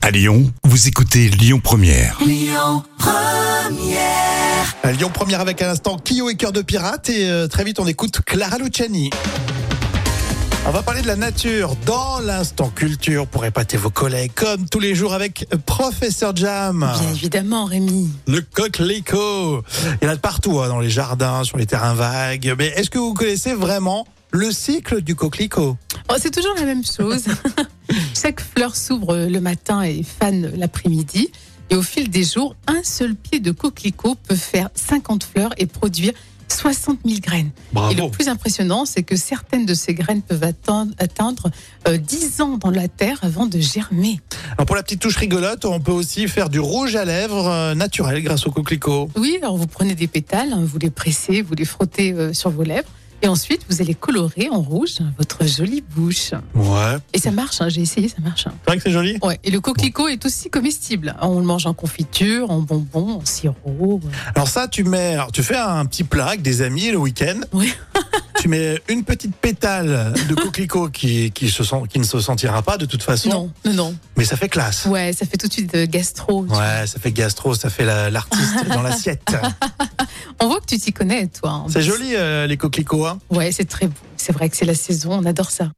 À Lyon, vous écoutez Lyon Première. Euh, Lyon première avec à l'instant Kyo et cœur de pirate et euh, très vite on écoute Clara Luciani. On va parler de la nature dans l'instant culture pour épater vos collègues comme tous les jours avec euh, Professeur Jam. Bien évidemment, Rémi. Le coquelicot. Il y en a de partout hein, dans les jardins, sur les terrains vagues. Mais est-ce que vous connaissez vraiment le cycle du coquelicot Oh, c'est toujours la même chose. Chaque fleur s'ouvre le matin et fane l'après-midi. Et au fil des jours, un seul pied de coquelicot peut faire 50 fleurs et produire 60 000 graines. Ah Et le plus impressionnant, c'est que certaines de ces graines peuvent atteindre, atteindre euh, 10 ans dans la terre avant de germer. Alors pour la petite touche rigolote, on peut aussi faire du rouge à lèvres euh, naturel grâce au coquelicot. Oui, alors vous prenez des pétales, hein, vous les pressez, vous les frottez euh, sur vos lèvres. Et ensuite, vous allez colorer en rouge votre jolie bouche. Ouais. Et ça marche, hein, j'ai essayé, ça marche. hein. C'est vrai que c'est joli. Ouais, et le coquelicot est aussi comestible. Ah, On le mange en confiture, en bonbons, en sirop. euh, Alors ça, tu mets, alors, tu fais un petit plat avec des amis le week-end. Oui. tu mets une petite pétale de coquelicot qui, qui, se sent, qui ne se sentira pas de toute façon, Non, non, non. mais ça fait classe. Ouais, ça fait tout de suite euh, gastro. tu Ouais, ça fait gastro, ça fait la- l'artiste dans l'assiette. On voit que tu t'y connais, toi. hein. C'est joli euh, les coquelicots. hein. Ouais, c'est très beau. C'est vrai que c'est la saison, on adore ça.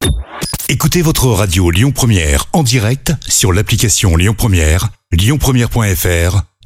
Écoutez votre radio Lyon Première en direct sur l'application Lyon Première, lyonpremière.fr